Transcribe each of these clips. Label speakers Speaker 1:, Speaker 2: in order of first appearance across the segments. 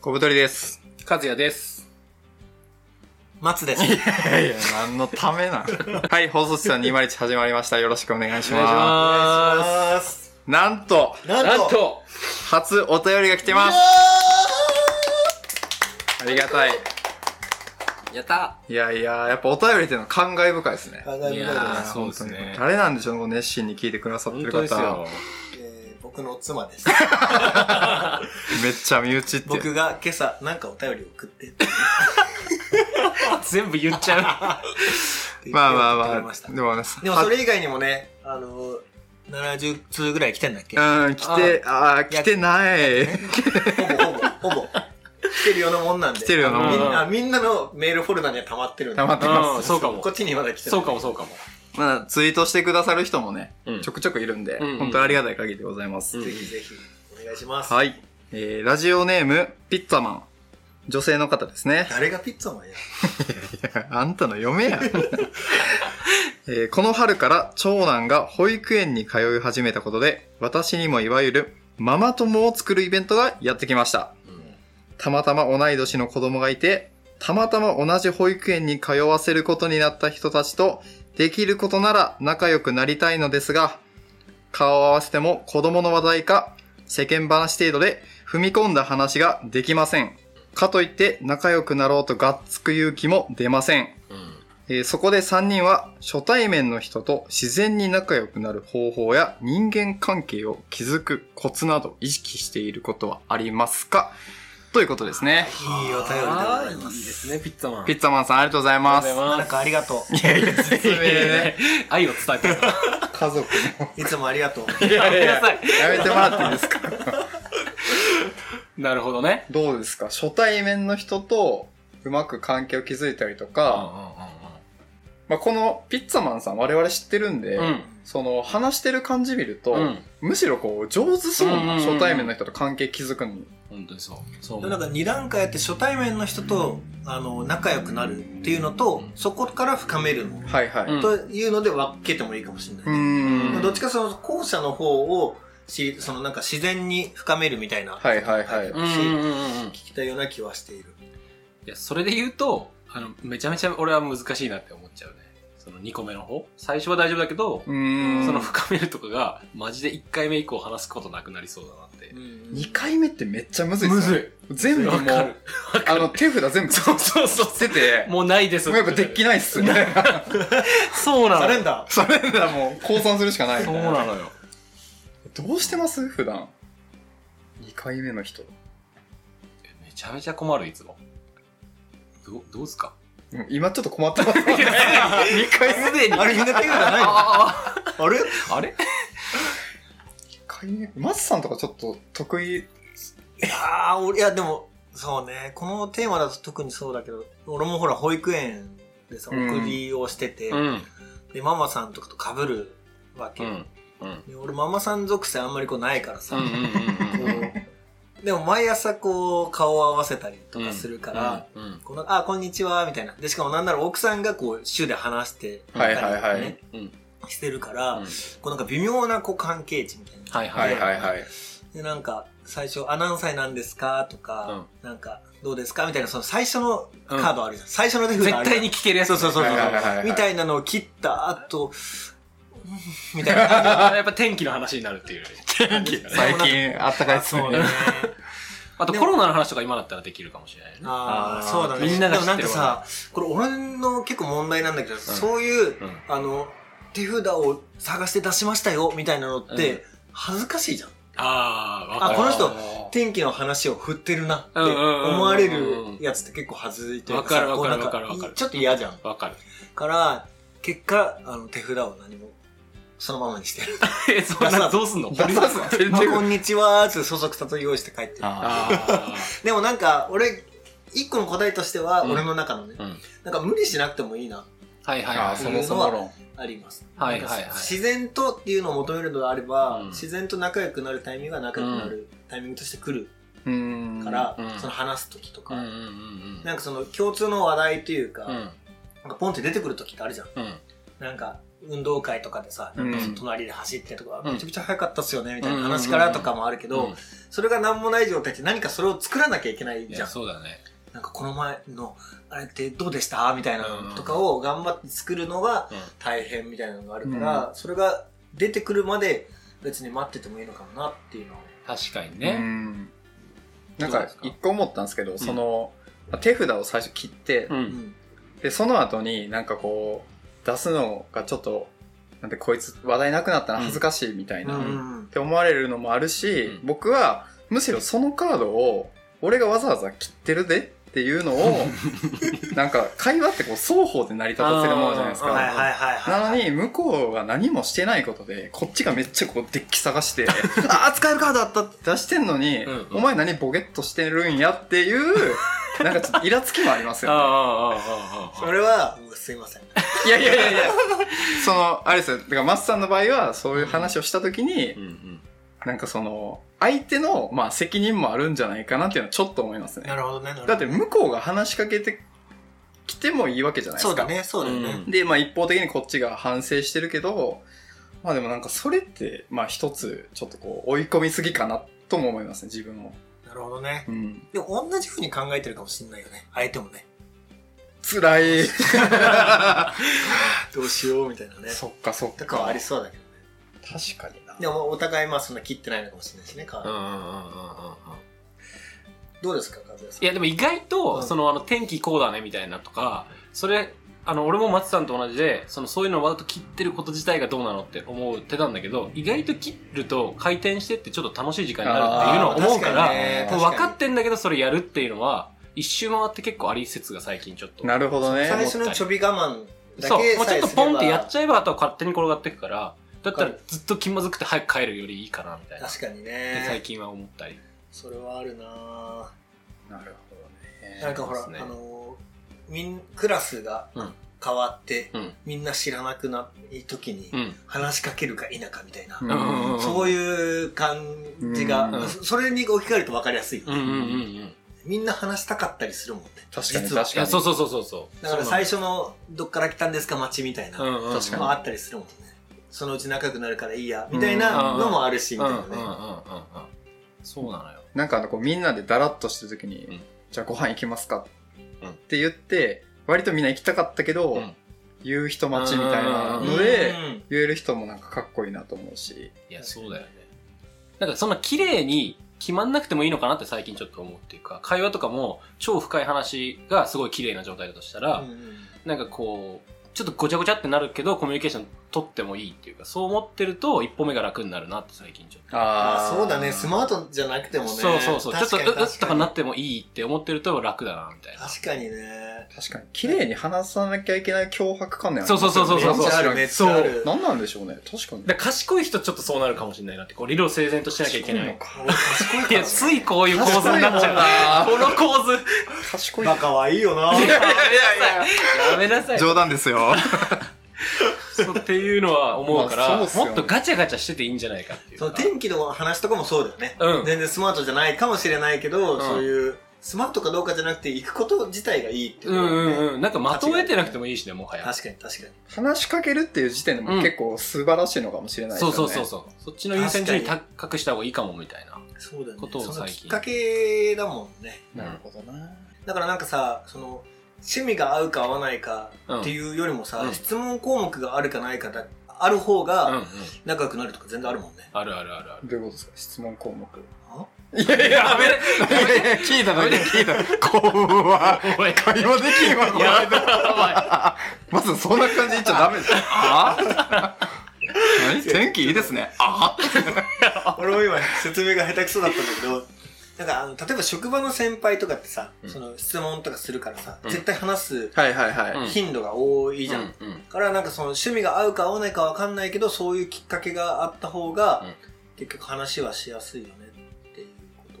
Speaker 1: 小太りです。
Speaker 2: 和也です。
Speaker 3: 松 です。。
Speaker 1: いやいや、何のためなのはい、放送室さん201始まりました。よろしくお願いし
Speaker 2: お願いし
Speaker 1: ま
Speaker 2: ます
Speaker 1: す。なんと、
Speaker 3: な
Speaker 2: す。
Speaker 3: んと
Speaker 2: なんと、
Speaker 1: 初お便りが来てます。ありがたい。
Speaker 2: やった
Speaker 1: いやいや、やっぱお便りっていうのは感慨深いですね。
Speaker 3: 考え深い
Speaker 2: い
Speaker 3: で
Speaker 2: やー
Speaker 3: す
Speaker 2: そうですね
Speaker 1: 本当に誰なんでしょう、熱心に聞いてくださって
Speaker 2: 本
Speaker 1: る
Speaker 2: 当です
Speaker 1: 方
Speaker 2: よ。。
Speaker 3: えー僕の妻 です。
Speaker 1: めっちゃ身内って。
Speaker 3: 僕が今朝なんかお便り送ってって
Speaker 2: 全部言っちゃ
Speaker 1: まあまあ
Speaker 3: 送ってくれ
Speaker 1: ま
Speaker 3: まし
Speaker 1: あ、
Speaker 3: た
Speaker 1: でもね、
Speaker 3: でもそれ以外にもね、あのー、70通ぐらい来てんだっけほ
Speaker 1: うん、来て、あー来てない。
Speaker 3: ぼほぼ、ほぼ。来てるようなもんなんで。
Speaker 1: 来てるようなもん
Speaker 3: みな。みんなのメールフォルダには溜まってるんで
Speaker 1: 溜まってま
Speaker 2: う
Speaker 1: す
Speaker 2: ん。そうかも
Speaker 3: こっちにまだ来 て
Speaker 2: う。
Speaker 3: な
Speaker 2: そう
Speaker 3: い。
Speaker 2: かもそうかも。
Speaker 1: まあ、ツイートしてくださる人もね、
Speaker 2: うん
Speaker 1: ちょくちょくいるんで、
Speaker 2: うんうん
Speaker 1: 本当にありがたい限りでございます。
Speaker 2: うん
Speaker 3: ぜひぜひ、お願いします。
Speaker 1: はい。えー、ラジオネーム、ピッツァマン。女性の方ですね。
Speaker 3: 誰がピッツァマンや
Speaker 1: いやあん たの嫁や。えーこの春から長男が保育園に通い始めたことで、私にもいわゆるママ友を作るイベントがやってきました。たまたま同い年の子供がいて、たまたま同じ保育園に通わせることになった人たちと、できることなら仲良くなりたいのですが、顔を合わせても子供の話題か、世間話程度で踏み込んだ話ができません。かといって仲良くなろうとがっつく勇気も出ません。えーそこで3人は初対面の人と自然に仲良くなる方法や人間関係を築くコツなど意識していることはありますかということですね。
Speaker 3: いいお便りでございま。
Speaker 2: いいですすね、ピッツァマン。
Speaker 1: ピッツァマンさんありがとうございます。
Speaker 3: なんかありがとう。
Speaker 1: いやいや、説明ね。
Speaker 2: ね。愛を伝えてる。
Speaker 1: 家族の。
Speaker 3: いつもありがとう。
Speaker 2: やめなさい。
Speaker 1: やめてもらっていいですか
Speaker 2: なるほどね。
Speaker 1: どうですか初対面の人とうまく関係を築いたりと
Speaker 2: う
Speaker 1: か、まあ、このピッツァマンさん我々知ってるんで、
Speaker 2: んうんうん。
Speaker 1: その話してる感じ見ると、
Speaker 2: うん。うん。
Speaker 1: むしろこう上手そう
Speaker 2: うんうん
Speaker 1: な
Speaker 2: うん
Speaker 1: 初対面の人と関係築くのに
Speaker 2: 本当にそう。そう
Speaker 3: で
Speaker 2: 思
Speaker 3: もなん
Speaker 2: う。
Speaker 3: か2段階やって初対面の人とあの仲良くなるっていうのとそこから深めるの、
Speaker 1: はいはい。
Speaker 2: うん
Speaker 3: というので分けてもいいかもしれない、
Speaker 1: うー。
Speaker 2: うん
Speaker 3: どっちかその後者の方をしそのなんか自然に深めるみたいな、
Speaker 1: はいはいはい
Speaker 3: 聞
Speaker 2: うんうんうんうん。い
Speaker 3: きたような気はしている
Speaker 2: や、それで言うと、あの、めちゃめちゃ俺は難しいなって思っちゃうね。その2個目の方。最初は大丈夫だけど、
Speaker 1: うーん。
Speaker 2: その深めるとかが、マジで1回目以降話すことなくなりそうだなって。
Speaker 1: 2回目ってめっちゃむずいっ
Speaker 2: む
Speaker 1: すね
Speaker 2: ずい。
Speaker 1: 全部も
Speaker 2: わかる
Speaker 1: う、あの手札全部そうそうそう。捨てて、も
Speaker 2: もうないです
Speaker 1: うやっぱデッキないっすみたいな。
Speaker 2: そうな
Speaker 3: カレン
Speaker 2: の
Speaker 3: ダ
Speaker 1: それならもう降参するしかないみた
Speaker 2: そ
Speaker 1: いうな。
Speaker 2: なのよ
Speaker 1: どうしてます普段。2回目の人。
Speaker 2: めちゃめちゃ困るいつもどどうすか
Speaker 1: うん今ちょっと困ってます。2回目。
Speaker 2: すでに
Speaker 3: ーあれみんな手札ないのあ
Speaker 2: あ
Speaker 3: れ
Speaker 2: ああれ
Speaker 1: 二回目。マスさんとかちょっと得意。
Speaker 3: あー俺いやでもそうねこのテーマだと特にそうだけど俺もほら保育園でさ
Speaker 1: うん
Speaker 3: 送りをしてて、
Speaker 2: ん
Speaker 3: でママさんとかとかぶるわけ、
Speaker 2: うんうん
Speaker 3: で俺ママさん属性あんまりこうないからさ、
Speaker 2: うんうんうんうん
Speaker 3: こうでも毎朝こう顔を合わせたりとかするから、
Speaker 2: うんうん
Speaker 3: このあ、こんにちは、みたいな。で、しかもなんなら奥さんがこう、主で話して、
Speaker 1: はいはいはい
Speaker 3: ね
Speaker 2: うん
Speaker 3: してるから、
Speaker 2: うん
Speaker 3: こうなんか微妙なこう関係値みたいな。
Speaker 2: はいはい
Speaker 3: はい
Speaker 1: はい。
Speaker 3: で、なんか、最初、あ、何歳なんですかとか、なんか、どうですかみたいな、その最初のカードあるじゃん。最初の手札あ
Speaker 2: 絶
Speaker 3: るじゃ
Speaker 2: 対
Speaker 3: ん。
Speaker 2: に聞けるやつ
Speaker 3: そうそうそうそう、
Speaker 1: はいはいはいはい
Speaker 3: みたいなのを切った後、うんみた いな感じ
Speaker 2: やっぱ天気の話になるっていう天気
Speaker 1: 最近、あったかいっすね。
Speaker 3: ね。
Speaker 2: あとコロナの話とか今だったらできるかもしれないね
Speaker 3: あ
Speaker 1: あ
Speaker 3: あ、
Speaker 1: ー
Speaker 3: そうだね。
Speaker 2: みんなが知ってるわ
Speaker 3: でもなんかさ、これ俺の結構問題なんだけど、そういう、
Speaker 2: うん
Speaker 3: あの、手札を探して出しましたよ、みたいなのって、
Speaker 2: うん
Speaker 3: 恥ずかしいじゃん。
Speaker 2: ああわか
Speaker 3: あ、
Speaker 2: る
Speaker 3: この人、天気の話を振ってるなって
Speaker 2: うんうんうんうん
Speaker 3: 思われるやつって結構恥ずいというさ
Speaker 2: わかるわかる
Speaker 3: こうなん
Speaker 2: わかるわかる
Speaker 3: ちょっと嫌じゃん。
Speaker 2: わかる
Speaker 3: から、結果、あの、手札を何も、そのまま にしてる。
Speaker 2: えそんなどうすんの
Speaker 1: 出さず出
Speaker 3: まあ
Speaker 1: て
Speaker 3: こ
Speaker 1: る
Speaker 3: んにちはーつ、そそくさと用意して帰ってる。
Speaker 1: あ
Speaker 2: あ
Speaker 3: でもなんか、俺、一個の答えとしては、
Speaker 2: うん
Speaker 3: 俺の中のね、
Speaker 2: ーうん
Speaker 3: なんか無理しなくてもいいな
Speaker 2: はいはい
Speaker 1: あー、
Speaker 2: はい
Speaker 1: そもそも論。
Speaker 3: あります。
Speaker 2: はいはいはい
Speaker 3: なんか自然とっていうのを求めるのであれば、
Speaker 2: うん
Speaker 3: 自然と仲良くなるタイミングが仲良くなるタイミングとして来る
Speaker 1: うーん。
Speaker 3: から、
Speaker 2: うん
Speaker 3: その話す時とか、
Speaker 2: うんうんうんうん
Speaker 3: なんかその共通の話題というか、
Speaker 2: うん
Speaker 3: なんかポンって出てくる時ってあるじゃん。
Speaker 2: うん
Speaker 3: なんか、運動会とかでさ、なんか
Speaker 2: うん
Speaker 3: 隣で走ってとか、
Speaker 2: うん
Speaker 3: めちゃくちゃ速かったっすよね、みたいな話からとかもあるけど、
Speaker 2: うん
Speaker 3: それが何もない状態って何かそれを作らなきゃいけない
Speaker 2: い
Speaker 3: じゃ
Speaker 2: や、
Speaker 3: ん。
Speaker 2: そうだね。
Speaker 3: なんかこの前の、あれってどうでしたみたいな
Speaker 2: うん
Speaker 3: のとかを頑張って作るのが
Speaker 2: うん
Speaker 3: 大変みたいなのがあるから、それが出てくるまで別に待っててもいいのかもなっていうのを。
Speaker 2: 確かに
Speaker 1: う
Speaker 2: ね。
Speaker 1: んなん
Speaker 2: ど
Speaker 1: か
Speaker 2: うですか
Speaker 1: 一個思ったんですけど、そのまあ手札を最初切って、
Speaker 2: う。
Speaker 3: うんん。
Speaker 1: でその後になんかこう出すのがちょっとなんでこいつ話題なくなったら恥ずかしいみたいな、
Speaker 3: う
Speaker 1: っ
Speaker 3: ん。
Speaker 1: て思われるのもあるし、
Speaker 2: うん
Speaker 1: 僕はむしろそのカードを俺がわざわざ切ってるでっていうのをなんか会話ってこう双方で成り立たせるものじゃないです
Speaker 2: あ
Speaker 3: はい
Speaker 1: か。
Speaker 3: はいはいはい。
Speaker 1: なのに、向こうが何もしてないことで、こっちがめっちゃこうデッキ探 して、ああ、使えるカードあったって出してんのに、
Speaker 2: うんうん
Speaker 1: お前何ボケっとしてるんやっていう、 なんかちょっとイラつきもあります
Speaker 2: ああ、あ
Speaker 1: よね。
Speaker 2: あ、ああ、あ
Speaker 3: そ
Speaker 2: あ。
Speaker 3: れは、もうすいません。
Speaker 1: いやいやいや いや、その、あれですよ、だからマスさんの場合は、そういう話をしたときに、
Speaker 2: うんうん。
Speaker 1: なんかその、相手の、まあ責任もあるんじゃないかなっていうのはちょっと思いますね
Speaker 3: な。るほどね。なるほど
Speaker 1: だって向こうが話しかけてきてもいいわけじゃないですか。
Speaker 3: そうだね、そうだよね。
Speaker 2: うん
Speaker 1: で、まあ一方的にこっちが反省してるけど、まあでもなんかそれって、まあ一つ、ちょっとこう追い込みすぎかなとも思いますね、自分を。
Speaker 3: なるほどね。
Speaker 1: うん。
Speaker 3: でも同じ風に考えてるかもしれないよね。相手もね。
Speaker 1: 辛い。
Speaker 3: どうしようみたいなね。
Speaker 1: そっかそっか。
Speaker 3: とかはありそうだけどね。
Speaker 1: 確かにな。
Speaker 3: でもお互いまあそんな切ってないのかもしれないしね、カー
Speaker 2: うんう
Speaker 3: ド
Speaker 2: んうんうんうんうん。
Speaker 3: どうですか、和也さん。
Speaker 2: いや、でも意外と、
Speaker 3: うん
Speaker 2: その、あの、天気こうだね、みたいなとか、それ、あの、俺も松さんと同じで、その、そういうのをわざと切ってること自体がどうなのって思ってたんだけど、意外と切ると回転してってちょっと楽しい時間になるっていうのを思うか
Speaker 3: あ
Speaker 2: ら、もう
Speaker 3: ー確かにね
Speaker 2: 分かってんだけどそれやるっていうのは、一周回って結構あり説が最近ちょっと。
Speaker 1: なるほどね。
Speaker 3: 最初のちょび我慢だ
Speaker 2: そう、
Speaker 3: け
Speaker 2: もうち
Speaker 3: さ
Speaker 2: ょっ
Speaker 3: え
Speaker 2: と
Speaker 3: すれば
Speaker 2: ポンってやっちゃえば、あとは勝手に転がっていくから、だったらずっと気まずくて早く帰るよりいいかな、みたいな。
Speaker 3: 確かに
Speaker 2: で最
Speaker 3: ね。
Speaker 2: 近は思ったり。
Speaker 3: それはあるなぁ
Speaker 1: なるほどね。
Speaker 3: なんかほ
Speaker 2: そ
Speaker 3: ら、
Speaker 2: うですね
Speaker 3: あのー、みん、クラスが
Speaker 2: うん
Speaker 3: 変わって、
Speaker 2: うん。
Speaker 3: みんな知らなくない時に
Speaker 2: う、ん。
Speaker 3: 話しかけるか否かみたいな
Speaker 1: う。
Speaker 2: ん
Speaker 3: そういう感じが、
Speaker 1: うん
Speaker 3: そそれに置き換えると分かりやすいよ
Speaker 2: う
Speaker 3: ね、
Speaker 2: んうんうんうん。
Speaker 3: みんな話したかったりするもんね。
Speaker 1: 確かに
Speaker 3: 実は
Speaker 1: 確
Speaker 2: いや、
Speaker 1: か
Speaker 2: そう
Speaker 1: に。
Speaker 2: そうそうそうそう。
Speaker 3: だから最初の、どっから来たんですか街みたいな。
Speaker 2: うんうん、
Speaker 1: 確かに
Speaker 3: まああったりするもんね。そのうち仲良くなるからいいや、みたいなのもあるし、み
Speaker 2: うん
Speaker 3: た
Speaker 2: う
Speaker 3: い
Speaker 2: んうん
Speaker 3: な
Speaker 2: うんうん
Speaker 3: ね。
Speaker 2: そうなのよ。
Speaker 1: なんかあのこうみんなでだらっとしてるときに、
Speaker 2: うん
Speaker 1: じゃあご飯行きますか
Speaker 2: うん
Speaker 1: って言って、割とみんな行きたかったけど、
Speaker 2: うん
Speaker 1: 言う人待ちみたいな
Speaker 2: うん
Speaker 1: ので
Speaker 3: う、ん
Speaker 1: 言える人もなんかかっこいいなと思うし。
Speaker 2: いや、そうだよね。なんかそんな綺麗に決まんなくてもいいのかなって最近ちょっと思うっていうか、会話とかも超深い話がすごい綺麗な状態だとしたら、
Speaker 3: うん
Speaker 2: なんかこう、ちょっとごちゃごちゃってなるけど、コミュニケーション取ってもいいっていうか、そう思ってると一歩目が楽になるなって最近ちょっと。
Speaker 3: あ
Speaker 1: あ
Speaker 3: そうだね、スマートじゃなくてもね。
Speaker 2: そうそうそう。ちょっ
Speaker 3: 確
Speaker 2: と、
Speaker 3: か
Speaker 2: う
Speaker 3: に
Speaker 2: っうっと
Speaker 3: 確か
Speaker 2: か
Speaker 3: に
Speaker 2: なってもいいって思ってると楽だな、みたいな。
Speaker 3: 確かにね。
Speaker 1: 確かに綺麗に話さなきゃいけない脅迫観念あり
Speaker 2: そうそうそうそうそう。
Speaker 3: めっちゃあ
Speaker 1: 確か
Speaker 3: る
Speaker 1: に
Speaker 3: めっちゃある
Speaker 1: そう何なんでしょうね確かに
Speaker 2: だから賢い人ちょっとそうなるかもしれないなって、こう、理路整然としなきゃいけない。
Speaker 3: 俺賢い
Speaker 2: い
Speaker 3: から
Speaker 2: や、
Speaker 3: ね。
Speaker 2: ついこういう構図になっちゃ
Speaker 1: ゃ
Speaker 2: う。この構図。
Speaker 1: 賢い
Speaker 3: バ
Speaker 1: な
Speaker 3: カはいいよな。
Speaker 2: やめなさい。
Speaker 1: 冗談ですよ
Speaker 2: そうっていうのは思うから、
Speaker 1: まあそうっすよね
Speaker 2: もっとガチャガチャしてていいんじゃないかっていう
Speaker 3: そ
Speaker 2: か。
Speaker 3: の天気の話とかもそうだよね。
Speaker 2: うん
Speaker 3: 全然スマートじゃないかもしれないけ
Speaker 2: う
Speaker 3: ど、
Speaker 2: ん
Speaker 3: そういう、スマートかどうかじゃなくて、行くこと自体がいいっていうう、
Speaker 2: んうんうん。なんか的を得てなくてもいいしね、もはや。
Speaker 3: 確かに確かに。
Speaker 1: 話しかけるっていう時点でも結構素晴らしいのかもしれないです
Speaker 2: そ
Speaker 1: よ
Speaker 2: う
Speaker 1: ね
Speaker 2: そうそうそう。そっちの優先順位高くした方がいいかもみたいな。
Speaker 3: そうだよね。
Speaker 2: ことを
Speaker 3: その
Speaker 2: 最近
Speaker 3: きっかけだもんね。
Speaker 1: なるほどな
Speaker 3: だからなんかさ、その、趣味が合うか合わないかっていうよりもさ、
Speaker 2: うん
Speaker 3: 質問項目があるかないかだ、ある方
Speaker 2: うんう
Speaker 3: が
Speaker 2: ん。
Speaker 3: 仲良くなるとか全然あるもんね。
Speaker 2: あるあるあるある。
Speaker 1: どういうことですか質問項目
Speaker 3: あ
Speaker 1: いやいや
Speaker 2: やめ
Speaker 1: 聞いたのに聞いた怖い
Speaker 2: おい、
Speaker 1: 会話できんわこれ
Speaker 2: やば
Speaker 1: まずそんな感じ言っちゃダメですあ 何天気いいですねあ
Speaker 3: 俺も今説明が下手くそだったんだけど、 なんかあの、例えば職場の先輩とかってさ、
Speaker 2: うん
Speaker 3: その質問とかするからさ、
Speaker 2: うん
Speaker 3: 絶対話す
Speaker 1: はいはいはい、
Speaker 2: うん
Speaker 3: 頻度が多い
Speaker 2: い
Speaker 3: じゃん。
Speaker 2: うんうん。
Speaker 3: だからなんかその趣味が合うか合わないかわかんないけど、そういうきっかけがあった方が
Speaker 2: うん、
Speaker 3: 結局話はしやすいよねっていう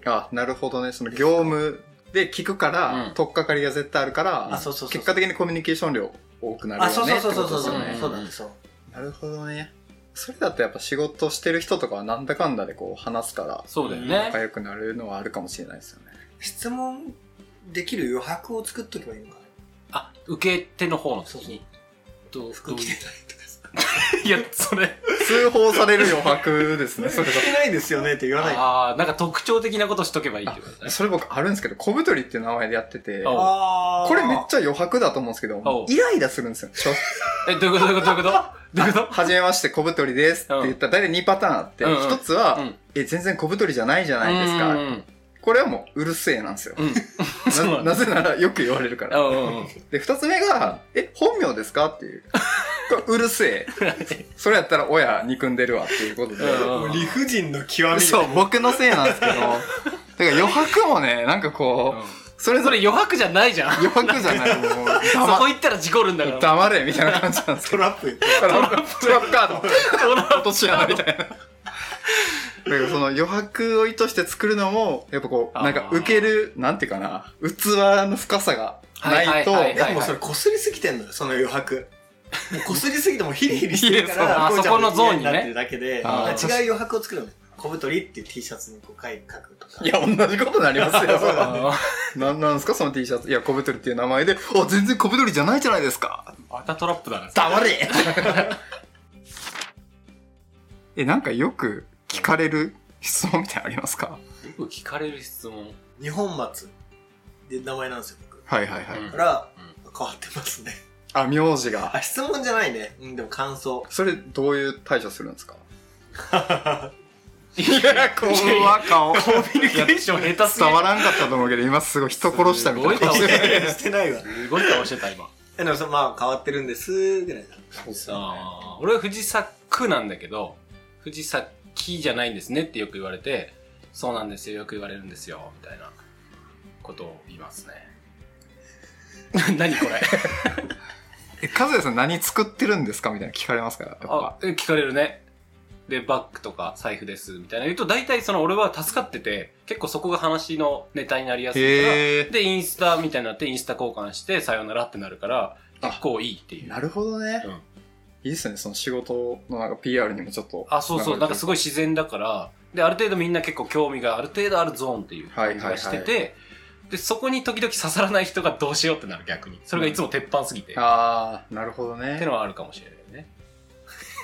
Speaker 3: こと。
Speaker 1: あ、なるほどね。その業務で聞くから、
Speaker 2: うん
Speaker 1: 取っかかりが絶対あるから、
Speaker 3: あ、そうそうそうそう。
Speaker 1: 結果的にコミュニケーション量多くなるよ
Speaker 3: あ、
Speaker 1: ね。
Speaker 3: そうそうそうそう
Speaker 1: って
Speaker 3: そ
Speaker 1: ことで
Speaker 3: うそう、
Speaker 1: すよね
Speaker 3: そうだね、そう。
Speaker 1: なるほどね。それだとやっぱ仕事してる人とかはなんだかんだでこう話すから、
Speaker 2: そうだよ
Speaker 1: 仲
Speaker 2: ね。
Speaker 1: 良くなるのはあるかもしれないですよね。
Speaker 3: 質問できる余白を作っとけばいいのかな
Speaker 2: あ、受け手の方の
Speaker 3: そう
Speaker 2: 時
Speaker 3: そう
Speaker 2: に。どう
Speaker 3: 服着てないとかさ。
Speaker 2: いや、それ。
Speaker 1: 通報される余白ですね、それ
Speaker 3: 聞けないですよねって言わない。あ
Speaker 2: ああ、なんか特徴的なことしとけばいいってことだ
Speaker 1: が。
Speaker 2: ね。
Speaker 1: それ僕あるんですけど、小太りっていう名前でやってて、
Speaker 2: あ
Speaker 3: あー
Speaker 1: これめっちゃ余白だと思うんですけ
Speaker 2: お
Speaker 1: ど、イライラするんですよ。ちょ
Speaker 2: え、どういうことどういうことどういうことどういうこ
Speaker 1: はじめまして、小太りですって言ったら、大体2パターンあって、
Speaker 2: うんうん
Speaker 1: 一つ
Speaker 2: とう
Speaker 1: は、
Speaker 2: ん。
Speaker 1: え、全然小太りじゃないじゃないです
Speaker 2: うん
Speaker 1: か。
Speaker 2: うん
Speaker 1: これはもう、うるせえなんですよ。
Speaker 2: うん。 そうな
Speaker 1: なんなぜなら、よく言われるか
Speaker 2: う
Speaker 1: ら。
Speaker 2: んうんうん。
Speaker 1: で、二つ目が、え、本名ですかって いう。これうるせえ。それやったら、親憎んでるわっていうことで。
Speaker 2: うん
Speaker 3: もう理不尽の極み。
Speaker 1: そう、僕のせいなんですけど。だから余白もね、なんかこう、それ
Speaker 2: そ
Speaker 1: ぞ
Speaker 2: れ
Speaker 1: れ
Speaker 2: 余白じゃないじゃん。
Speaker 1: 余白じゃない、もう、
Speaker 2: そ
Speaker 1: 黙
Speaker 2: こ行ったら事故るんだから。
Speaker 1: 黙れみたいな感じなんですけ
Speaker 3: ト
Speaker 1: ど。
Speaker 3: ラップ。
Speaker 1: トラップカード。落とし穴みたいな。だからその余白を意図して作るのも、やっぱこう、なんか受ける、なんていうかな、器の深さがないと、
Speaker 2: はいはい
Speaker 3: い
Speaker 2: はい
Speaker 3: や、もうそれ擦りすぎてんのよ、その余白。もう擦りすぎてもうヒリヒリしてるか
Speaker 2: いや
Speaker 3: ら、
Speaker 2: そう
Speaker 3: うちゃ ん
Speaker 2: あそこのゾーンにね
Speaker 3: 嫌なってるだけで、
Speaker 1: あ
Speaker 3: 違う
Speaker 1: ー
Speaker 3: 余白を作るのよ。小太りっていう T シャツにこう書い書くとか。
Speaker 1: いや、同じことになります よ。
Speaker 3: そうだね
Speaker 2: あ
Speaker 1: なんなんですかその T シャツ。いや、小太りっていう名前で、あ、全然小太りじゃないじゃないですか。
Speaker 2: ーまたトラップだな。
Speaker 1: 黙れ え、なんかよく聞かれる質問みたいなのありますか
Speaker 2: よく聞かれる質問。
Speaker 3: 日本松で名前なんですよ、僕。
Speaker 1: はいはいはい。
Speaker 2: うん
Speaker 3: から、変わってますね。
Speaker 1: あ、名字が。
Speaker 3: あ、質問じゃないね。うん、でも 感想。
Speaker 1: それ、どういう対処するんですか
Speaker 2: い
Speaker 1: いや、怖は顔。
Speaker 2: コミュニケーション下手すぎ
Speaker 1: 伝わらんかったと思うけど、今すごい人殺したみたいな 顔して
Speaker 2: すごい
Speaker 1: る。
Speaker 3: してないわ。
Speaker 2: すごい顔してた、今。
Speaker 3: え、でもそのまあ変わってるんです、ぐらいだ。
Speaker 2: あー俺は藤作なんだけど、藤作じゃないんですねってよく言われて、そうなんですよ、よく言われるんですよ、みたいなことを言いますね。 何これ
Speaker 1: え、かずやさん何作ってるんですかみたいな聞かれますから、やっ
Speaker 2: あ
Speaker 1: ぱ。
Speaker 2: え聞かれるね。で、バッグとか財布です、みたいな言うと、大体その俺は助かってて、結構そこが話のネタになりやすいから、
Speaker 1: へえ。
Speaker 2: で、インスタみたいになって、インスタ交換して、さよならってなるから、
Speaker 1: あ
Speaker 2: 結構いいっていう。
Speaker 1: なるほどね。
Speaker 2: うん
Speaker 1: いいっすね、その仕事のなんか PR にもちょっと。
Speaker 2: あ、そうそう、なんかす
Speaker 1: い。
Speaker 2: ごい自然だから、で、ある程度みんな結構興味がある程度あるゾーンっていう感じがしてて、
Speaker 1: は
Speaker 2: で、そこに時々刺さらない人がどうしようってなる逆に。それがいつも鉄板すぎて。っ
Speaker 1: あー、なるほど
Speaker 2: て
Speaker 1: ね。
Speaker 2: のはあるかもしれないね。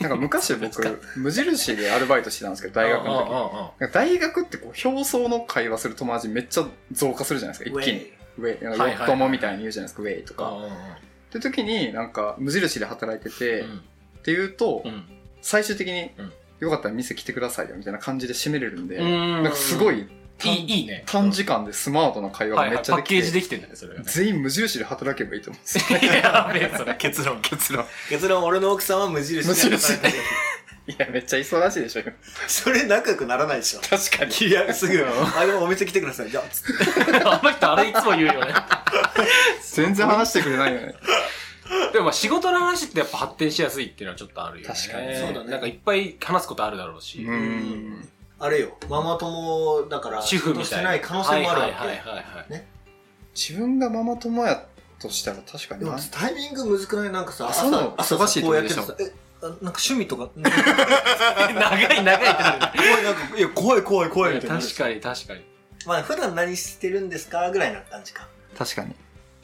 Speaker 1: なんか昔僕、 無印でアルバイトしてたんですけど、大学の時。
Speaker 2: の
Speaker 1: なんか大学ってこう、表層の会話する友達めっちゃ増加するじゃないですか、一気に。ウェイ、なんか
Speaker 2: はい
Speaker 1: よ
Speaker 2: はい
Speaker 1: くともみたいに言うじゃないですか、ウェイとか。
Speaker 2: うんうんうん。
Speaker 1: って時に、なんか、無印で働いてて、
Speaker 2: うん
Speaker 1: っていうと、
Speaker 2: うん
Speaker 1: 最終的に、
Speaker 2: うん
Speaker 1: よかったら店来てくださいよみたいな感じで締めれるんで、
Speaker 2: うん
Speaker 1: なんかすごい
Speaker 2: い
Speaker 1: 短
Speaker 2: い、いいね。
Speaker 1: 短時間でスマートな会話
Speaker 2: は
Speaker 1: が
Speaker 2: いはい
Speaker 1: めっちゃ
Speaker 2: パ
Speaker 1: で
Speaker 2: ッ
Speaker 1: きて、
Speaker 2: ケージできてんだね、それがね。
Speaker 1: 全員無印で働けばいいと思うんですよ
Speaker 2: い やべえ、それ。
Speaker 3: 結論。
Speaker 1: 結論
Speaker 3: 結論、俺の奥さんは無印で働いてる。
Speaker 1: いやめっちゃ忙しいでしょ今
Speaker 3: それ仲良くならないでしょ。
Speaker 1: 確かに
Speaker 3: いや、すぐ、あ、でもお店来てください。じゃあ、つって
Speaker 2: あの人、あれいつも言うよね。
Speaker 1: 全然話してくれないよね
Speaker 2: でもまあ仕事の話ってやっぱ発展しやすいっていうのはちょっとあるよね。
Speaker 1: 確かにそう
Speaker 3: だね
Speaker 2: なんかいっぱい話すことあるだ ろう
Speaker 1: う
Speaker 2: し。
Speaker 1: ん
Speaker 3: あれよ、ママ友だから、
Speaker 2: 主婦みたいな。
Speaker 3: 仕事してない可能性もある
Speaker 2: は
Speaker 3: わ
Speaker 2: い
Speaker 3: け。
Speaker 2: はいはいはい。
Speaker 1: 自分がママ友やとしたら確かに
Speaker 3: でも
Speaker 1: な
Speaker 3: タイミングむずくないなんかさ、
Speaker 1: あ
Speaker 3: 朝
Speaker 1: そうな
Speaker 3: さ
Speaker 1: の、
Speaker 3: 朝
Speaker 1: 忙しい
Speaker 3: さ
Speaker 1: とこ
Speaker 3: こうや
Speaker 1: で
Speaker 3: って
Speaker 1: しょ
Speaker 3: るさ、え、あなんか趣味とか、怖い
Speaker 2: 長い長いってなるね
Speaker 3: なんか、いや、怖い怖い怖いみたいな。
Speaker 2: 確かに確かに。
Speaker 3: まあ、普段何してるんですかぐらいな感じか。
Speaker 1: 確かに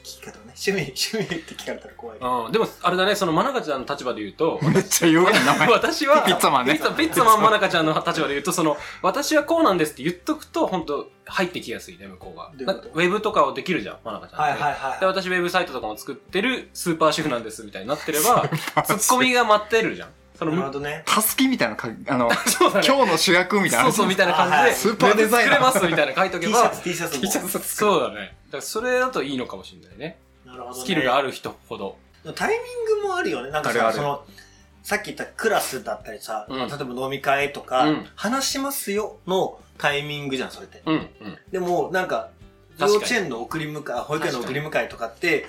Speaker 3: 聞き方ね。趣味、趣味って聞かれたら怖い。
Speaker 2: うん、でも、あれだね、その、まなかちゃんの立場で言う と、
Speaker 1: めっちゃ言うな名前
Speaker 2: 私は、
Speaker 1: ピッツァマンね
Speaker 2: ピッツァピッツァマンまなかちゃんの立場で言うと、その、私はこうなんですって言っとくと、本当入ってきやすいね、向こうが。
Speaker 3: どういうこ
Speaker 2: なんか
Speaker 3: と
Speaker 2: ウェブとかをできるじゃん、まなかちゃんって。
Speaker 3: はいはい
Speaker 2: で、
Speaker 3: は
Speaker 2: 私、ウェブサイトとかも作ってるスーパー主婦なんです、みたいになってれば、ツッコミが待ってるじゃん。そ
Speaker 3: い。
Speaker 2: の、
Speaker 3: なるほどね。
Speaker 1: たすきみたいなかあの
Speaker 2: そうだね。
Speaker 1: 今日の主役みたいな
Speaker 2: そうそう、みたいな感じで、
Speaker 1: あはいスーパーデザイナー
Speaker 2: ウェブ作れます、みたいな書いと
Speaker 3: T
Speaker 2: け
Speaker 3: シ
Speaker 2: ば
Speaker 3: ャ、ツ、T シャツも。
Speaker 1: T シャツ作る
Speaker 2: そうだね。だから、それだといいのかもしれないね。
Speaker 3: なるほどね。
Speaker 2: スキルがある人ほど。
Speaker 3: タイミングもあるよね。なんか
Speaker 1: あるあ
Speaker 3: さ、
Speaker 1: る
Speaker 3: その、さっき言ったクラスだったりさ、
Speaker 2: うん
Speaker 3: 例えば飲み会とか、
Speaker 2: うん
Speaker 3: 話しますよのタイミングじゃん、それって。
Speaker 2: うん、うん。
Speaker 3: でも、なんか、
Speaker 2: 確かに
Speaker 3: 幼稚園の送り迎え、保育園の送り迎えとかって、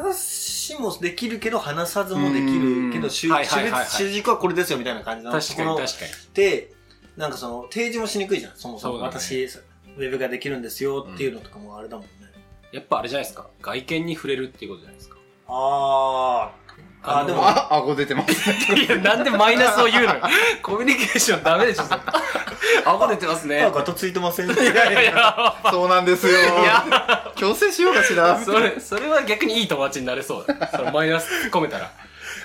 Speaker 3: 話もできるけど、話さずもできるけ
Speaker 1: うん
Speaker 3: ど、主
Speaker 2: はい
Speaker 3: 主
Speaker 2: はいはいはい
Speaker 3: 別主軸はこれですよみたいな感じなの。
Speaker 2: 確かに確か
Speaker 3: に。
Speaker 2: に。
Speaker 3: で、なんかその、提示もしにくいじゃん、そもそも。
Speaker 2: そうだね
Speaker 3: 私、ウェブができるんですよっていうのとかもあれだもんね。
Speaker 2: やっぱあれじゃないですか。外見に触れるっていうことじゃないですか。
Speaker 3: あー。あー、でも、
Speaker 1: あ顎出てますね
Speaker 2: いや、なんでマイナスを言うのよ。 コミュニケーションダ メでしょ、それ顎出てますね。
Speaker 3: なんかとついてません
Speaker 2: いやいや、
Speaker 1: そうなんですよ
Speaker 2: いや
Speaker 1: 強制しようかしら
Speaker 2: それ、それは逆にいい友達になれそうだ。そのマイナス込めたら。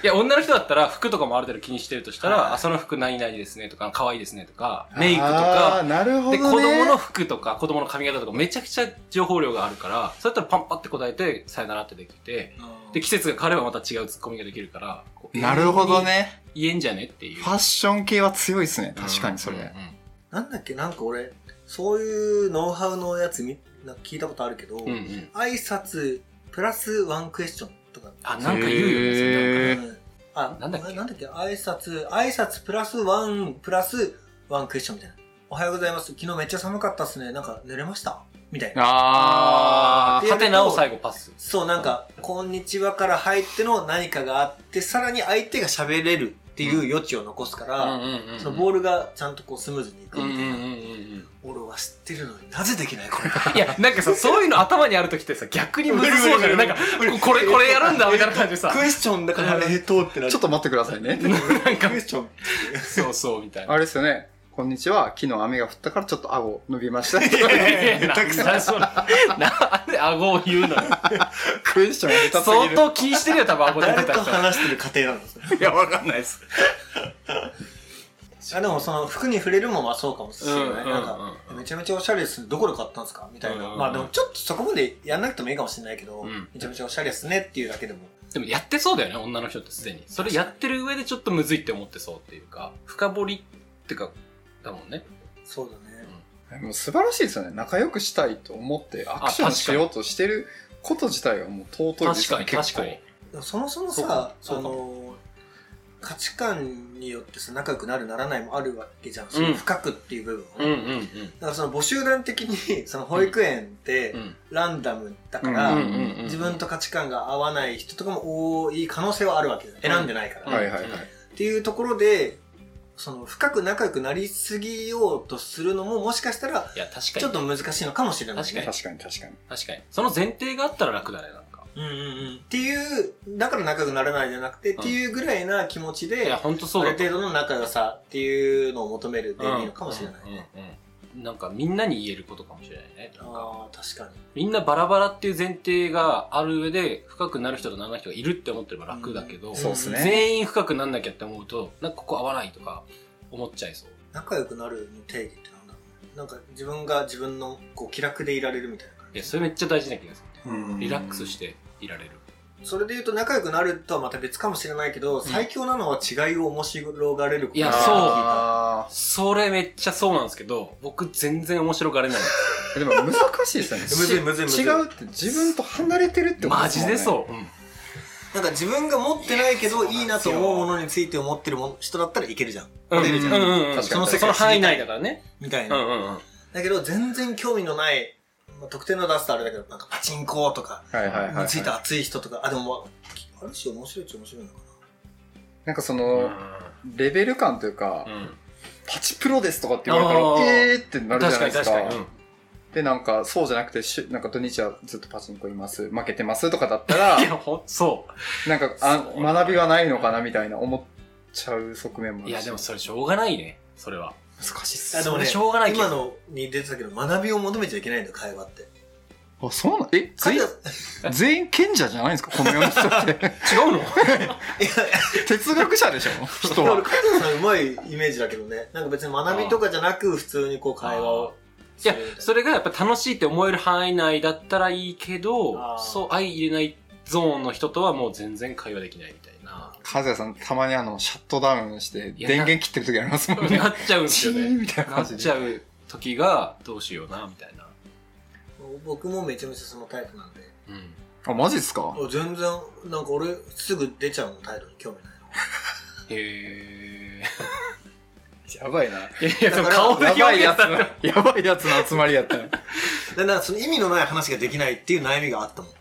Speaker 2: いや、女の人だったら服とかもある程度気にしてるとしたら、
Speaker 1: はい
Speaker 2: あその服何々ですねとか、可愛いですねとか、
Speaker 1: あー
Speaker 2: メイクとか、
Speaker 1: なるほど、
Speaker 2: で、
Speaker 1: ね。
Speaker 2: 子供の服とか、子供の髪型とか、めちゃくちゃ情報量があるから、そうやったらパンパって答えて、さよならってできて、で、季節が変わればまた違うツッコミができるから、こう
Speaker 1: なるほど。ね。
Speaker 2: 言えんじゃねっていう。
Speaker 1: ファッション系は強いですね。確かにそれ。
Speaker 2: うんうん
Speaker 3: なんだっけ、なんか俺、そういうノウハウのやつみなんか聞いたことあるけど、
Speaker 2: うんうん。
Speaker 3: 挨拶プラスワンクエスチョンとか。
Speaker 2: あ、なんか言うよね、それなんか
Speaker 1: へ
Speaker 2: ね
Speaker 1: え
Speaker 3: うんあ、
Speaker 2: なんだっけ
Speaker 3: なんだっけ挨拶、挨拶プラスワン、プラスワンクエスチョンみたいな。おはようございます。昨日めっちゃ寒かったっすね。なんか濡れましたみたいな。
Speaker 1: あ
Speaker 3: ー
Speaker 2: はてなを最後パス。
Speaker 3: そう、なんか、こんにちはから入っての何かがあって、さらに相手が喋れるっていう余地を残すから、
Speaker 2: うん
Speaker 3: そのボ
Speaker 2: ー
Speaker 3: ールがちゃんとこうスムーズにいく
Speaker 2: うん
Speaker 3: み
Speaker 2: うん
Speaker 3: たいな。
Speaker 2: うんうん。
Speaker 3: 俺は知ってるのになぜできな いこれ。
Speaker 2: いや、なんかさ、そういうの頭にある時ってさ、逆にむずそうじゃないなんか、これ、これやるんだ、みたいな感じでさ、
Speaker 3: クエスチョンだから、えっと、ってな
Speaker 1: あ。
Speaker 3: る。
Speaker 1: ちょっと待ってくださいね。
Speaker 2: なんか
Speaker 3: ク、エスチョン。
Speaker 2: そうそう、みたいな。
Speaker 1: あれですよね。こんにちは。昨日雨が降ったからちょっと顎伸びました。
Speaker 2: たくさんそうな。なんで顎を言うのよ
Speaker 1: クエスチョンが下手すぎ
Speaker 2: 相
Speaker 1: る。
Speaker 2: 当気にしてるよ、多分顎出て
Speaker 3: 誰
Speaker 2: た
Speaker 3: と
Speaker 2: 人は。
Speaker 3: 話してる過程なんですね。
Speaker 1: いや、わかんないです。
Speaker 3: あでもその服に触れるもまあそうかもしれない、
Speaker 2: うんうんうん
Speaker 3: なんかめちゃめちゃおしゃれですねどこで買ったんですかみたいな、
Speaker 2: うんうん
Speaker 3: まあでもちょっとそこまでやんなくてもいいかもしれないけど、
Speaker 2: うん
Speaker 3: めちゃめちゃおしゃれですねっていうだけでも
Speaker 2: でもやってそうだよね、女の人ってすでに。それやってる上でちょっとむずいって思ってそうっていうか、深掘りってか、だもんね。
Speaker 3: そうだね
Speaker 1: もう素晴らしいですよね。仲良くしたいと思ってアクションしようとしてること自体がもう尊いで
Speaker 2: 確
Speaker 1: す
Speaker 2: か
Speaker 1: よ
Speaker 2: に、
Speaker 1: ね。
Speaker 2: 確かに。
Speaker 3: でもそもそも
Speaker 1: そうか
Speaker 3: さ
Speaker 2: そう
Speaker 3: あ
Speaker 2: か
Speaker 3: の価値観によってさ仲良くなるならないもあるわけじゃん、
Speaker 2: ん
Speaker 3: その深くっていう部分は、
Speaker 2: うんうん
Speaker 3: だからその募集団的にその保育園って
Speaker 2: うん。
Speaker 3: ランダムだか
Speaker 2: う
Speaker 3: ら、
Speaker 2: んうんうんうん。
Speaker 3: 自分と価値観が合わない人とかも多い可能性はあるわけだよ選んでないから、
Speaker 1: はいはいはい。
Speaker 3: っていうところで、その深く仲良くなりすぎようとするのももしかしたら
Speaker 2: いや、確かに。
Speaker 3: ちょっと難しいのかもしれない、ね。
Speaker 2: 確かに
Speaker 1: 確かに確かに。
Speaker 2: 確かに。その前提があったら楽だね、なんか。
Speaker 3: うんうんうん。っていう、だから仲良くならないじゃなくて、
Speaker 2: ん
Speaker 3: っていうぐらいな気持ち
Speaker 2: い
Speaker 3: で、
Speaker 2: や、
Speaker 3: あ
Speaker 2: ほんとそう
Speaker 3: る
Speaker 2: だと
Speaker 3: 程度の仲良さっていうのを求めるでいいのかもしれないね。
Speaker 2: うんうんうんうんなんかみんなに言えることかもしれないね。なんか
Speaker 3: ああ、確か
Speaker 2: みんなバラバラっていう前提がある上で深くなる人とならない人がいるって思ってれば楽だけど、
Speaker 3: に。
Speaker 1: そうっすね
Speaker 3: ん
Speaker 2: 全員深くなんなきゃって思うと、なんかここ合わないとか思っちゃいそう。
Speaker 3: 仲良くなるの定義ってなんだろうね。なんか自分が自分のこう気楽でいられるみたいな
Speaker 2: い
Speaker 3: 感じ
Speaker 2: や、。それめっちゃ大事な気がす
Speaker 1: うん
Speaker 2: る。リラックスしていられる。
Speaker 3: それで言うと仲良くなるとはまた別かもしれないけど、最強なのは違いを面白がれること
Speaker 2: いや
Speaker 3: だって
Speaker 2: そう
Speaker 3: 聞た
Speaker 1: あ
Speaker 2: それめっちゃそうなんですけど、僕全然面白が れない。
Speaker 1: ーでも難しいですよ ね。
Speaker 3: むずいむずいむずい
Speaker 1: 違うって自分と離れてるってこと
Speaker 2: マジで
Speaker 1: う。
Speaker 2: そう。うん
Speaker 3: なんか自分が持ってないけどいいなと思うものについて思ってるもの人だったらいけるじゃん。
Speaker 2: うん
Speaker 3: モデルじゃん
Speaker 2: うんうんうん。
Speaker 1: 確
Speaker 2: そ
Speaker 1: か
Speaker 2: の
Speaker 1: に
Speaker 2: その範囲内だからね。
Speaker 3: みたい
Speaker 2: うん
Speaker 3: な。
Speaker 2: うんうん。
Speaker 3: だけど全然興味のない、まあ、特定の出すとあれだけど、なんかパチンコとか、
Speaker 1: はいはいはい、は
Speaker 3: について
Speaker 1: い。
Speaker 3: 熱い人とか、あ、でもまあ、ある種面白いっちゃ面白いのか
Speaker 1: なんかそうの、レベル感というか、
Speaker 2: んうん
Speaker 1: パチプロですとかって言われた
Speaker 2: あー
Speaker 1: ら、えーってなるじゃ
Speaker 2: 確
Speaker 1: な
Speaker 2: か
Speaker 1: い
Speaker 2: に
Speaker 1: です
Speaker 2: 確
Speaker 1: か。
Speaker 2: かに。うん
Speaker 1: で、なんか、そうじゃなくて、しゅなんか土日はずっとパチンコいます、負けてますとかだったら
Speaker 2: い、や、ほん、そ
Speaker 1: なんかあ
Speaker 2: そう
Speaker 1: 学びはないのかなみたいな思っちゃう側面もある
Speaker 2: う。
Speaker 1: し。
Speaker 2: いや、でもそれしょうがないね。それは。
Speaker 1: 難しいっす
Speaker 3: な。あでもね
Speaker 2: しょうが
Speaker 3: な。
Speaker 2: ないけど。
Speaker 3: 今のに出てたけど、学びを求めちゃいけないんだよ、会話って。
Speaker 1: あ、そうなのえ全
Speaker 3: 彼
Speaker 1: 員
Speaker 3: ら、い、
Speaker 1: 全員賢者じゃないんですかこの世の人 って。
Speaker 2: 違うの
Speaker 1: 哲学者でしょ人
Speaker 3: や、
Speaker 1: は。
Speaker 3: 俺、カズさんうまいイメージだけどね。なんか別に学びとかじゃなく、普通にこう会話を
Speaker 2: い
Speaker 3: する
Speaker 2: や
Speaker 3: みたいな。、
Speaker 2: それがやっぱ楽しいって思える範囲内だったらいいけ
Speaker 3: あ
Speaker 2: ど、
Speaker 3: ー
Speaker 2: そう、相入れないゾーンの人とはもう全然会話できないみたいな。
Speaker 1: 和也さん、たまにあの、シャットダウンして、
Speaker 2: いや
Speaker 1: 電源切ってる時ありますもんね。
Speaker 2: なっちゃうんです
Speaker 1: チ
Speaker 2: よ
Speaker 1: ーン
Speaker 2: ね。
Speaker 1: みたいな
Speaker 2: な
Speaker 1: 感
Speaker 2: っ
Speaker 1: じ
Speaker 2: ち
Speaker 1: で。
Speaker 2: ゃう時がどうしような、みたいな。
Speaker 3: 僕もめちゃめちゃそのタイプなんで。
Speaker 2: うん。
Speaker 1: あ、マジですか
Speaker 3: あ全然、なんか俺、すぐ出ちゃうの、態度に興味ないの。
Speaker 2: へ
Speaker 1: やばいな。
Speaker 2: え。いやいや、
Speaker 3: だ
Speaker 2: で
Speaker 3: か
Speaker 2: も顔
Speaker 3: ら
Speaker 2: で
Speaker 1: やば
Speaker 2: 表
Speaker 1: い
Speaker 2: 現
Speaker 1: や
Speaker 2: し
Speaker 1: つ
Speaker 2: た
Speaker 1: の
Speaker 2: ら。、
Speaker 1: やばいやつの集まりやったよ。
Speaker 3: でなんかその意味のない話ができないっていう悩みがあったもん。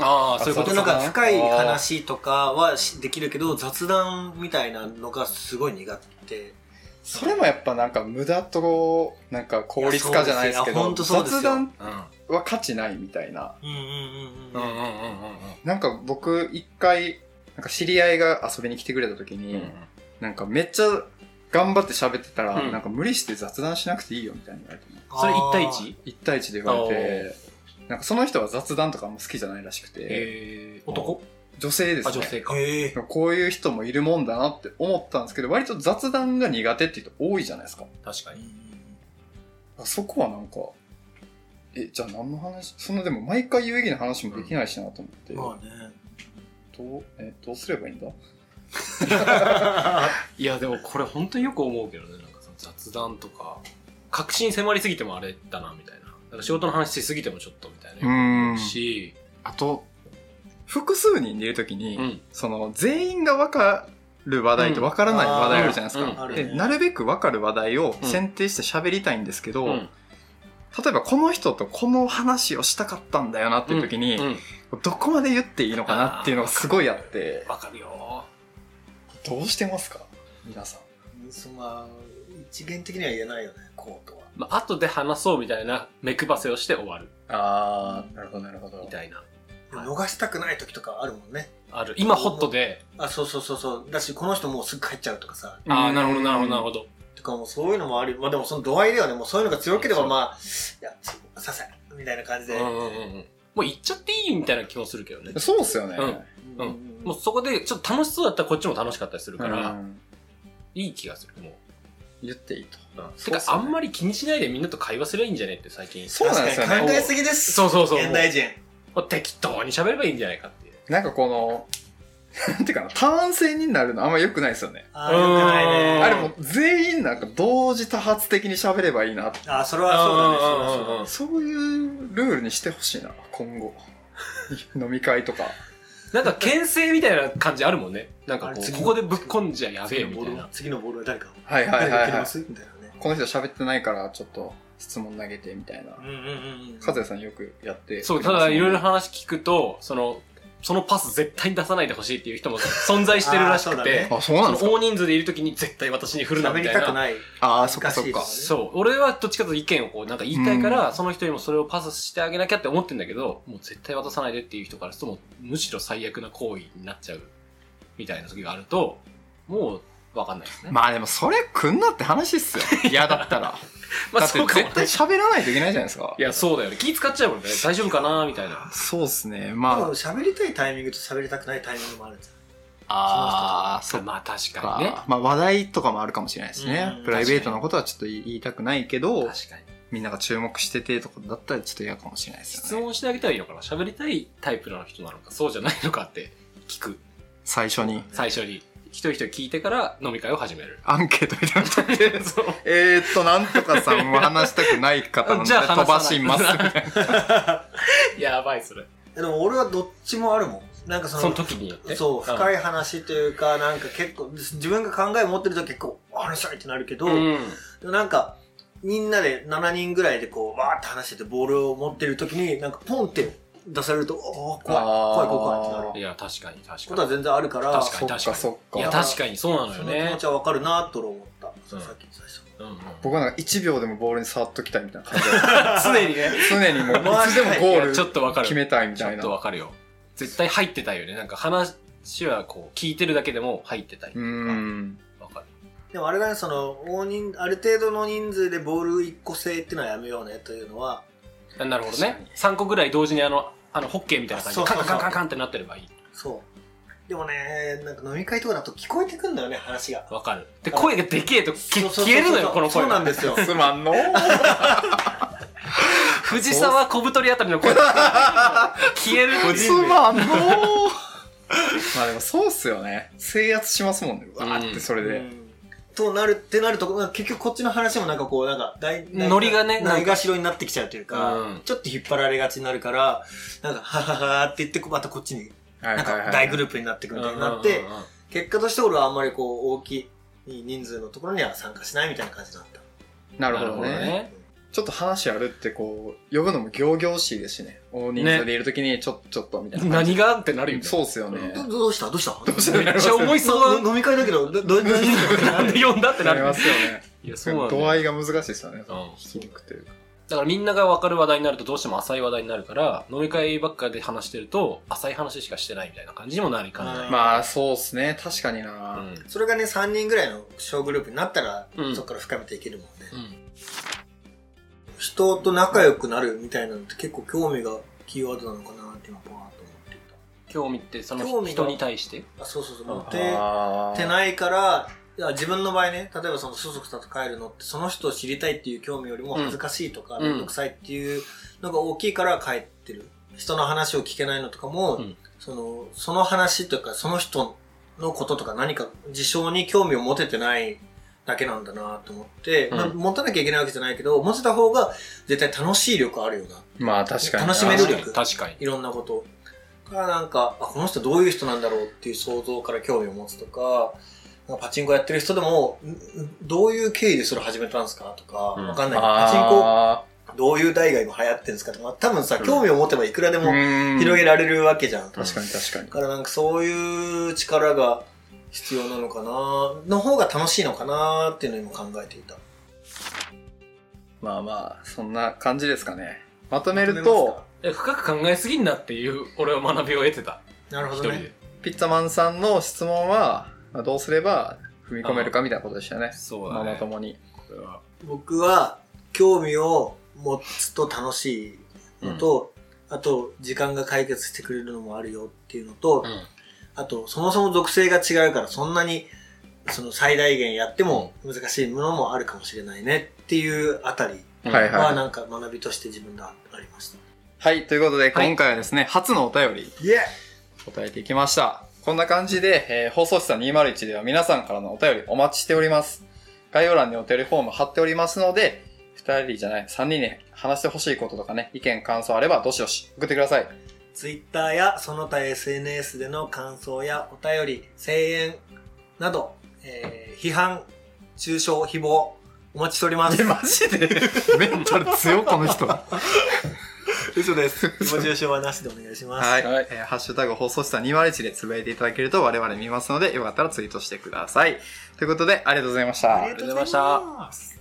Speaker 2: ああ、そういうこ
Speaker 1: あ
Speaker 2: と
Speaker 1: そ
Speaker 3: でなん
Speaker 1: う
Speaker 3: か深い話とかはしできるけど、雑談みたいなのがすごい苦手。
Speaker 1: それもやっぱなんか無駄と、なんか効率化じゃないですけ
Speaker 3: いやそう
Speaker 1: ど、
Speaker 3: ですよいやほんとそうですよ
Speaker 1: 雑談
Speaker 2: うん。
Speaker 1: は価値ないみたいな。
Speaker 3: うんうん
Speaker 2: うんうんうん
Speaker 1: なんか僕、一回、なんか知り合いが遊びに来てくれた時に、
Speaker 2: うんうん。
Speaker 1: なんかめっちゃ頑張って喋ってたら、
Speaker 2: うん
Speaker 1: なんか無理して雑談しなくていいよみたいに言われて、
Speaker 2: それ1対 1?
Speaker 1: 1対1で言われて、なんかその人は雑談とかあんま好きじゃないらしくて、
Speaker 2: えー、男
Speaker 1: 女性です
Speaker 2: あ、
Speaker 1: ね。
Speaker 2: 女性か。
Speaker 3: へえ。
Speaker 1: こういう人もいるもんだなって思ったんですけど、割と雑談が苦手って人多いじゃないですか。
Speaker 2: 確かに。
Speaker 1: そこはなんか、え、じゃあ何の話そんなでも毎回有意義な話もできないしなと思って、
Speaker 3: まあ ね。
Speaker 1: どう、え、どうすればいいんだ
Speaker 2: いや、でもこれ本当によく思うけどね。なんかその雑談とか、確信迫りすぎてもあれだな、みたいな。なんか仕事の話しすぎてもちょっと、みたいな。
Speaker 1: ん
Speaker 2: し、
Speaker 1: あと、複数人でいるときに、
Speaker 2: うん。
Speaker 1: その、全員がわかる話題とわからない話題あるじゃないですか。
Speaker 2: うんうん
Speaker 3: ある
Speaker 1: で
Speaker 3: ね
Speaker 1: なるべくわかる話題を
Speaker 2: うん
Speaker 1: 選定して喋りたいんですけど、
Speaker 2: うん
Speaker 1: 例えばこの人とこの話をしたかったんだよなっていう時に、
Speaker 2: うん。
Speaker 1: どこまで言っていいのかなっていうのがすごいあって、
Speaker 2: わかるよ。
Speaker 1: どうしてますか皆さん。
Speaker 3: そまあ、一元的には言えないよね、コートは。
Speaker 2: まあ、後で話そうみたいな目配せをして終わる
Speaker 1: あー、なるほどなるほど
Speaker 2: みたいな。はい
Speaker 3: 逃したくない時とかあるもんね。
Speaker 2: ある。今ホットで、
Speaker 3: あ、そうそうそうそう。だし、この人もうすぐ帰っちゃうとかさ。
Speaker 2: ああ、なるほど、なるほど、なるほど。
Speaker 3: とかもうそういうのもあり、まあでもその度合いではね、もうそういうのが強ければ
Speaker 2: そう
Speaker 3: まあ、いや、ちょっとさせみたいな感じ
Speaker 2: うん
Speaker 3: で。
Speaker 2: うんうんうん。もう行っちゃっていいみたいな気もするけどね。
Speaker 1: そうっすよね。
Speaker 2: うんうん
Speaker 3: ん
Speaker 2: もうそこで、ちょっと楽しそうだったらこっちも楽しかったりするから、
Speaker 1: うん
Speaker 2: いい気がする、もう。
Speaker 1: 言っていいと。
Speaker 2: うん
Speaker 1: そ
Speaker 2: て
Speaker 1: うっ
Speaker 2: か
Speaker 1: す、よ
Speaker 2: あ
Speaker 1: ね
Speaker 2: んまり気にしないでみんなと会話すればいいんじゃねって最近。
Speaker 1: そうなんですよ
Speaker 3: 確かに
Speaker 1: ね。
Speaker 3: 考えすぎです。
Speaker 2: そうそうそう。
Speaker 3: 現代人。
Speaker 2: もう適当に喋ればいいんじゃないかっていう。
Speaker 1: なんかこの、 なんていうかな、多案制になるのあんま良くないですよね。
Speaker 3: ああ、よくないね
Speaker 2: う。ん
Speaker 1: あれもう全員なんか同時多発的に喋ればいいなって。
Speaker 3: あ、それはそうだね。それはそうだね
Speaker 1: そういうルールにしてほしいな、今後。 飲み会とか。
Speaker 2: なんか、牽制みたいな感じあるもんね。なんか
Speaker 3: あ
Speaker 2: こ
Speaker 3: れ
Speaker 2: う、
Speaker 3: 次
Speaker 2: ここでぶっこんじゃやべえ
Speaker 3: 次
Speaker 2: み
Speaker 3: のボ
Speaker 2: たい
Speaker 3: ール
Speaker 2: な
Speaker 3: は。次のボールは誰か。
Speaker 1: はいはい
Speaker 3: 誰が
Speaker 1: はい、
Speaker 3: 蹴り
Speaker 1: はい
Speaker 3: ま。すみたいなね。
Speaker 1: この人喋ってないから、ちょっと質問投げてみたいな
Speaker 3: う。んうんうんうん。
Speaker 1: 和也さんよくやって。
Speaker 2: そう、ただいろいろ話聞くと、その、そのパス絶対に出さないでほしいっていう人も存在してるらし
Speaker 3: あーそ
Speaker 2: く
Speaker 3: うだ
Speaker 2: て
Speaker 3: ね、
Speaker 1: あ、そうな
Speaker 2: そ
Speaker 1: ん
Speaker 2: の
Speaker 1: ですか
Speaker 2: 大人数でいるときに絶対私に振るな
Speaker 3: 喋
Speaker 2: み
Speaker 3: り
Speaker 2: たい
Speaker 3: たく
Speaker 2: な。
Speaker 3: ない。
Speaker 1: ああ、そっかそっ
Speaker 3: 難
Speaker 1: か。
Speaker 3: しい
Speaker 2: そう。俺はどっちかというと意見をこう、なんか言いたいから、その人にもそれをパスしてあげなきゃって思ってんだけど、もう絶対渡さないでっていう人からすると、もうむしろ最悪な行為になっちゃう、みたいな時があると、もう、わかんないですね。
Speaker 1: まあでもそれくんなって話っす よ。嫌だったら。
Speaker 2: まあ、
Speaker 1: だって
Speaker 2: そうかもね
Speaker 1: 絶対喋らないといけないじゃないですか
Speaker 2: い。や、そうだよね。気使っちゃうもんね。大丈夫かなみたいな。
Speaker 1: そうっすね。
Speaker 3: で
Speaker 1: ま
Speaker 3: も喋りたいタイミングと喋りたくないタイミングもあるじ
Speaker 1: あ、ああ、そっ
Speaker 2: まあ、確か
Speaker 1: か。
Speaker 2: にね。
Speaker 1: まあ話題とかもあるかもしれないですね
Speaker 3: う。ん
Speaker 1: プライベートのことはちょっと言いたくないけど、
Speaker 2: 確かに。
Speaker 1: みんなが注目しててとかだったらちょっと嫌かもしれないです
Speaker 2: 質
Speaker 1: よね。
Speaker 2: 問してあげたらいいのかな喋りたいタイプの人なのか、そうじゃないのかって聞く。
Speaker 1: 最初に。
Speaker 2: 最初に。一人一人聞いてから飲み会を始 める。
Speaker 1: アンケートみたいなの取って
Speaker 2: そう。
Speaker 1: えーっと、なんとかさんは話したくない方なんで
Speaker 2: じゃあ話さな
Speaker 1: 飛
Speaker 2: い
Speaker 1: ばしますみたいな。
Speaker 2: やばい、それ。
Speaker 3: ゃん。でも俺はどっちもあるもん。なんかその、
Speaker 2: その時によって。
Speaker 3: そう、深
Speaker 2: い。
Speaker 3: い話というか、なんか結構、自分が考え持ってると結構、話したいってなるけど、
Speaker 2: うん。
Speaker 3: でもなんか、みんなで7人ぐらいでこう、わーって話してて、ボールを持ってる時に、なんかポンって出されると、おー怖い、
Speaker 1: あー
Speaker 3: 怖い、怖い、怖いってなる
Speaker 2: いや、確かに、確
Speaker 3: こ
Speaker 2: か
Speaker 3: とは
Speaker 2: に。
Speaker 3: 全然あるから、
Speaker 2: 確かに確かに
Speaker 1: そっかそ
Speaker 2: い
Speaker 1: っ
Speaker 2: や、
Speaker 1: か。
Speaker 2: 確かにそうなの
Speaker 3: そ
Speaker 2: よ
Speaker 3: の気持
Speaker 2: ね
Speaker 3: ち。はわかるなと俺思った。そうさっき最初。
Speaker 2: うんうん
Speaker 1: 僕はなんか1秒でもボールに触っときたいみたいな感じで。
Speaker 2: 常にね。
Speaker 1: 常にもう、 いつでも
Speaker 2: い
Speaker 1: ゴー
Speaker 2: や
Speaker 1: ル
Speaker 2: ちょっとわかる。
Speaker 1: 決めたいみ
Speaker 2: ちょ
Speaker 1: た
Speaker 2: っ
Speaker 1: いな。
Speaker 2: とわかるよ。絶対入ってたいよね。なんか話はこう、聞いてるだけでも入ってたい。
Speaker 1: うーん。
Speaker 2: わかる。
Speaker 3: でもあれだね、その、大人、ある程度の人数でボール1個制っていうのはやめようねというのは、
Speaker 2: あなるほど
Speaker 1: 確
Speaker 2: ね。3個ぐらい同時にあの、あの、ホッケーみたいな感じで、
Speaker 3: そう
Speaker 2: カ
Speaker 3: そう
Speaker 2: ン
Speaker 3: そ
Speaker 2: カ
Speaker 3: う
Speaker 2: ンカンカンカンってなってればいい。
Speaker 3: そう。でもね、なんか飲み会とかだと聞こえてくんだよね、話が。
Speaker 2: わかる。で、声がでけえとけ
Speaker 3: そうそうそうそう
Speaker 2: 消えるのよ、この声
Speaker 3: そうなん
Speaker 2: が。
Speaker 3: ですよ。
Speaker 1: すまんの
Speaker 2: 藤沢小太りあたりの声 消える。
Speaker 1: すまんのまあでもそうっすよね。制圧しますもんね。わーってそれ
Speaker 3: う
Speaker 1: で。
Speaker 3: んとなるってなると、なんか結局こっちの話もなんかこう、なんか大、大
Speaker 2: ノリがね
Speaker 3: ないがしろになってきちゃうというか、
Speaker 2: うん
Speaker 3: ちょっと引っ張られがちになるから、なんか、はははって言って、またこっちに、
Speaker 1: は
Speaker 3: なんか大グループになってく
Speaker 2: うん
Speaker 3: み
Speaker 2: うん
Speaker 3: た
Speaker 2: う
Speaker 3: い
Speaker 2: ん
Speaker 3: になって、結果として俺はあんまりこう、大きい人数のところには参加しないみたいな感じだった。
Speaker 1: なる
Speaker 2: な
Speaker 1: ほ
Speaker 2: る
Speaker 1: ど
Speaker 2: ほど
Speaker 1: ね。
Speaker 2: ね。
Speaker 1: ちょっと話あるってこう、呼ぶのも行々しいですしね。大人数でいるときに、ちょっと、ちょっとみたいな感じ。
Speaker 2: 何がってなるよね。
Speaker 1: そうっすよね。
Speaker 3: どどうしたどうした
Speaker 2: めっちゃ思いそう
Speaker 3: 飲み会だけど、ど、ど、ど、ど、
Speaker 2: だ。なんで呼んだって
Speaker 1: な
Speaker 2: な
Speaker 1: り
Speaker 2: る
Speaker 1: ま。すよね。
Speaker 2: いや、そうなんだよ。
Speaker 1: 度合いが難しいですよね。
Speaker 2: うん
Speaker 1: 引き抜くというか。
Speaker 2: だからみんなが分かる話題になるとどうしても浅い話題になるから、飲み会ばっかで話してると、浅い話しかしてないみたいな感じにもなりかねない。
Speaker 1: まあ、そうっすね。確かに
Speaker 2: う
Speaker 1: な。
Speaker 2: ん。
Speaker 3: それがね、3人ぐらいの小グループになったら、
Speaker 2: うん
Speaker 3: そこから深めていけるもんね。
Speaker 2: うん。
Speaker 3: 人と仲良くなるみたいなのって結構興味がキーワードなのかなって今パーッと思ってい
Speaker 2: 興味ってそ
Speaker 3: 興
Speaker 2: の
Speaker 3: 味が
Speaker 2: 人に対して
Speaker 3: あそうそうそう
Speaker 2: あ
Speaker 3: 持っ
Speaker 1: で
Speaker 3: てってないからいや自分の場合ね例えばそのそそくさと帰るのってその人を知りたいっていう興味よりも
Speaker 2: うん
Speaker 3: 恥ずかしいとか
Speaker 2: うん
Speaker 3: 面倒くさいっていうのが大きいから帰ってる人の話を聞けないのとかも、
Speaker 2: うん
Speaker 3: そのその話とかその人のこととか何か事象に興味を持ててないだけなんだなと思って、
Speaker 2: うん
Speaker 3: まあ、持たなきゃいけないわけじゃないけど持てた方が絶対楽しい力あるよな
Speaker 1: まあ確かにな。
Speaker 3: 楽しめる力
Speaker 2: 確かに
Speaker 3: いろんなことからなんかあこの人どういう人なんだろうっていう想像から興味を持つとかなんかパチンコやってる人でもんんどういう経緯でそれ始めたんですかとか
Speaker 2: うん
Speaker 3: わかんない、パチンコ
Speaker 1: あ
Speaker 3: どういう代が今流行ってるんですかとか多分さ興味を持てばいくらで
Speaker 1: ーう
Speaker 3: も
Speaker 1: ーん
Speaker 3: 広げられるわけじゃん、だ
Speaker 1: 確かに確かに。
Speaker 3: からなんかそういう力が必要なのかなの方が楽しいのかなっていうのを今考えていた
Speaker 1: まあまあ、そんな感じですかね。まとめ
Speaker 3: や
Speaker 1: ると、
Speaker 2: え深く考えすぎんなっていう俺は学びを得てた
Speaker 3: なるほ
Speaker 2: 一
Speaker 3: ど
Speaker 2: 人
Speaker 3: ね
Speaker 2: で
Speaker 1: ピッツァマンさんの質問は、まあどうすれば踏み込めるかみたいなことでしたよね。
Speaker 2: そう
Speaker 1: マ
Speaker 2: だ
Speaker 1: マ
Speaker 2: ね
Speaker 1: 友に。
Speaker 2: これは
Speaker 3: 僕は興味を持つと楽しいのと、あと時間が解決してくれるのもあるよっていうのと、
Speaker 2: うん
Speaker 3: あとそもそも属性が違うからそんなにその最大限やっても難しいものもあるかもしれないねっていうあたり
Speaker 2: うん
Speaker 1: はいはい
Speaker 3: はなんか学びとして自分でありました。
Speaker 1: はい、ということで、
Speaker 2: はい
Speaker 1: 今回はですね、初のお便り、
Speaker 3: イエ
Speaker 1: 答えていきました。こんな感じで、えー放送室201では皆さんからのお便りお待ちしております。概要欄にお便りフォーム貼っておりますので、2人じゃない、3人に話してほしいこととかね、意見、感想あればどしどし送ってください。
Speaker 3: ツイッターやその他 SNS での感想やお便り、声援など、えー批判、中傷、誹謗、お待ちしております。
Speaker 1: ジで メンタル強、この人。は
Speaker 3: 嘘です。ご住所はなしでお願いします。
Speaker 1: い、えーハッシュタグ放送室201でつぶやいていただけると我々見ますので、よかったらツイートしてください。ということで、ありがとうございました。
Speaker 3: ありがとうございました。